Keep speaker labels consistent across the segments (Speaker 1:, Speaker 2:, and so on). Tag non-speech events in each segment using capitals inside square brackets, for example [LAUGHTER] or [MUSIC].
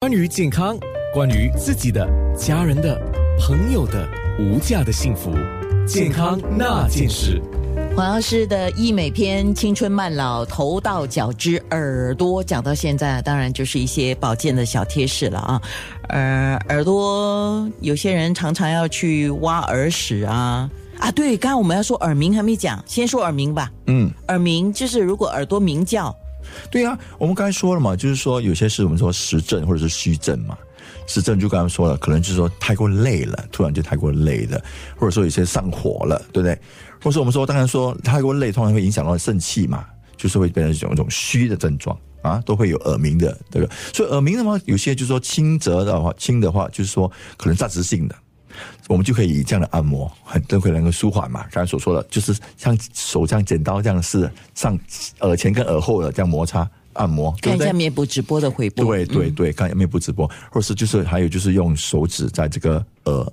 Speaker 1: 关于健康，关于自己的、家人的、朋友的无价的幸福，健康那件事。
Speaker 2: 黄药师的医美篇，青春慢老，头到脚趾，耳朵讲到现在，当然就是一些保健的小贴士了啊。呃，耳朵有些人常常要去挖耳屎啊啊，对，刚刚我们要说耳鸣还没讲，先说耳鸣吧。
Speaker 3: 嗯，
Speaker 2: 耳鸣就是如果耳朵鸣叫，
Speaker 3: 对呀、我们刚才说了嘛，就是说有些是我们说实症或者是虚症嘛。实症就刚刚说了，可能就是说太过累了，突然就太过累了，或者说有些上火了，对不对？或者说我们说，当然说太过累，通常会影响到肾气嘛，就是会变成一种一种虚的症状啊，都会有耳鸣的这个。所以耳鸣的话，有些就是说轻则的话，轻的话就是说可能暂时性的，我们就可以以这样的按摩，很都可以能够舒缓嘛。刚才所说的，就是像手这样剪刀这样是上耳前跟耳后的这样摩擦按摩，对
Speaker 2: 看
Speaker 3: 不
Speaker 2: 一
Speaker 3: 对
Speaker 2: 下？面部直播的回播。
Speaker 3: 对对
Speaker 2: 嗯
Speaker 3: 对，看有没有不直播，或者是就是还有就是用手指在这个耳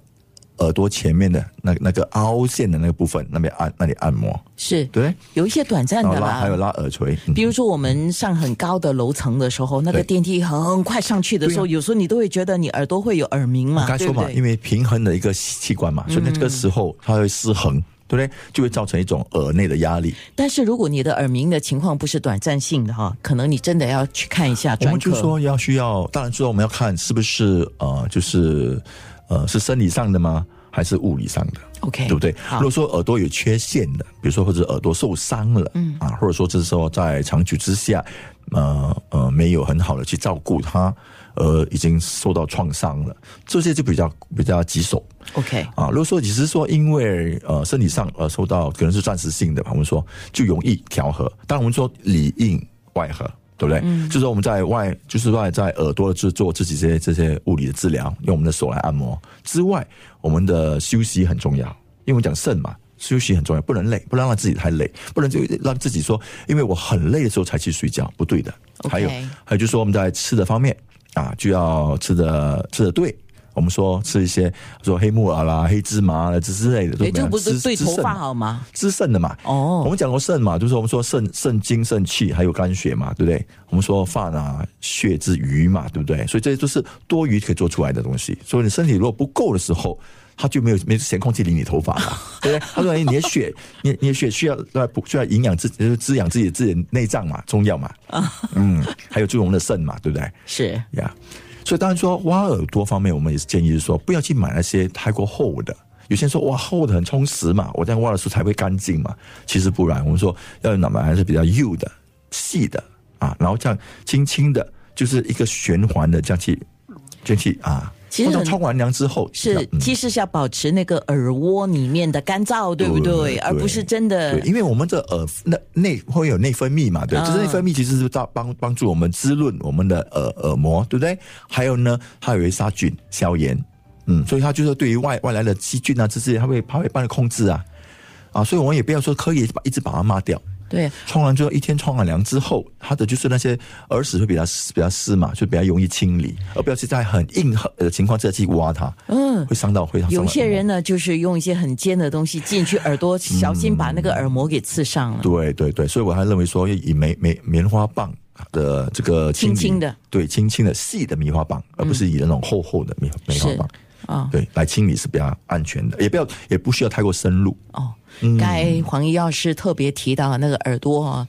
Speaker 3: 耳朵前面的那那个凹陷的那个部分那边按那里按摩，
Speaker 2: 是，
Speaker 3: 对，
Speaker 2: 有一些短暂
Speaker 3: 然
Speaker 2: 的
Speaker 3: 后拉
Speaker 2: 啦
Speaker 3: 还。有拉耳垂，嗯
Speaker 2: 比如说，我们上很高的楼层的时候，那个
Speaker 3: 对
Speaker 2: 电梯很快上去的时候，有时候你都会觉得你耳朵会有耳鸣嘛，
Speaker 3: 刚才
Speaker 2: 对
Speaker 3: 哦说
Speaker 2: 不
Speaker 3: 嘛，
Speaker 2: 啊对？嗯
Speaker 3: 因为平衡的一个器官嘛，所以在这个时候它会失衡，对不对？就会造成一种耳内的压力。
Speaker 2: 但是如果你的耳鸣的情况不是短暂性的哈，可能你真的要去看一下
Speaker 3: 我
Speaker 2: 专
Speaker 3: 们
Speaker 2: 科。
Speaker 3: 就说要需要，当然知道我们要看是不是呃，就是呃是生理上的吗？还是物理上的
Speaker 2: OK，
Speaker 3: 对不对？
Speaker 2: 好
Speaker 3: 如果说耳朵有缺陷的，比如说或者耳朵受伤了，嗯啊，或者说就是说在长久之下，呃呃没有很好的去照顾它，呃已经受到创伤了，这些就比较比较棘手。
Speaker 2: OK，
Speaker 3: 啊，如果说只是说因为呃身体上呃受到可能是暂时性的吧，我们说就容易调和。当然我们说里应外合，对不对？就是说我们在外，就是外在耳朵制做自己这些这些物理的治疗，用我们的手来按摩之外，我们的休息很重要，因为我们讲肾嘛。休息很重要，不能累，不能让自己太累，不能就让自己说，因为我很累的时候才去睡觉，不对的。
Speaker 2: OK
Speaker 3: 还有，还有就是说我们在吃的方面啊，就要吃的吃的对。我们说吃一些说黑木耳啦、黑芝麻啦之之类的，都
Speaker 2: 也就哎不是
Speaker 3: 滋
Speaker 2: 对
Speaker 3: 滋
Speaker 2: 头
Speaker 3: 肾
Speaker 2: 发
Speaker 3: 嘛
Speaker 2: 好吗？
Speaker 3: 滋肾的嘛。
Speaker 2: 哦
Speaker 3: 我们讲过肾嘛，就是我们说肾、肾精、肾气，还有肝血嘛，对不对？我们说饭啊、血之余嘛，对不对？所以这些都是多余可以做出来的东西。所以你身体如果不够的时候，它就没有没闲空去理你头发嘛，对不对？他说：“哎，你的血，你你的血需要来补，需要营养自就是滋养自己的自己的内脏嘛，中药嘛，嗯，还有就是我们的肾嘛，对不对？
Speaker 2: 是
Speaker 3: 呀。所以当然说挖耳朵方面，我们也是建议是说不要去买那些太过厚的。有些人说哇厚的很充实嘛，我这样挖的时候才会干净嘛。其实不然，我们说要哪买还是比较幼的、细的啊，然后这样轻轻的，就是一个循环的这样去，这样去啊。
Speaker 2: 其实很
Speaker 3: 通常冲完凉之后这
Speaker 2: 是
Speaker 3: 样，嗯
Speaker 2: 其实是要保持那个耳窝里面的干燥，对不对？
Speaker 3: 对
Speaker 2: 而不是真的
Speaker 3: 对，因为我们的耳那内会有内分泌嘛，对，
Speaker 2: 啊
Speaker 3: 就是内分泌其实是大帮帮助我们滋润我们的耳耳膜，对不对？还有呢，它有一杀菌消炎，嗯，所以它就是对于外外来的细菌啊这些，它会它会帮你控制啊，啊，所以我们也不要说刻意把一直把它抹掉。
Speaker 2: 对。
Speaker 3: 冲完之后一天冲完凉之后，它的就是那些耳屎会比较比较湿嘛，就比较容易清理，而不要是在很硬的情况之下去挖它，
Speaker 2: 嗯
Speaker 3: 会伤到会伤到
Speaker 2: 有些
Speaker 3: 耳膜
Speaker 2: 人呢，就是用一些很尖的东西进去耳
Speaker 3: 嗯
Speaker 2: 朵，小心把那个耳膜给刺伤了。
Speaker 3: 对对对，所以我还认为说以梅梅棉花棒的这个清理
Speaker 2: 轻轻的，
Speaker 3: 对轻轻的细的棉花棒，而不是以那种厚厚的棉棉花棒。
Speaker 2: 啊
Speaker 3: 对，来清理是比较安全的，也不要也不需要太过深入。
Speaker 2: 哦，该黄医药师特别提到那个耳朵啊，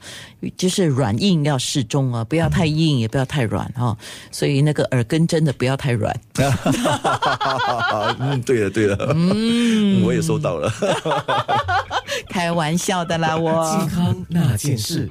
Speaker 2: 就是软硬要适中啊，不要太硬，也不要太软哈、哦。所以那个耳根真的不要太软。
Speaker 3: 嗯，对了对了， [LAUGHS] 嗯，我也收到了。
Speaker 2: 开玩笑的啦，我。
Speaker 1: [LAUGHS] 健康那件事。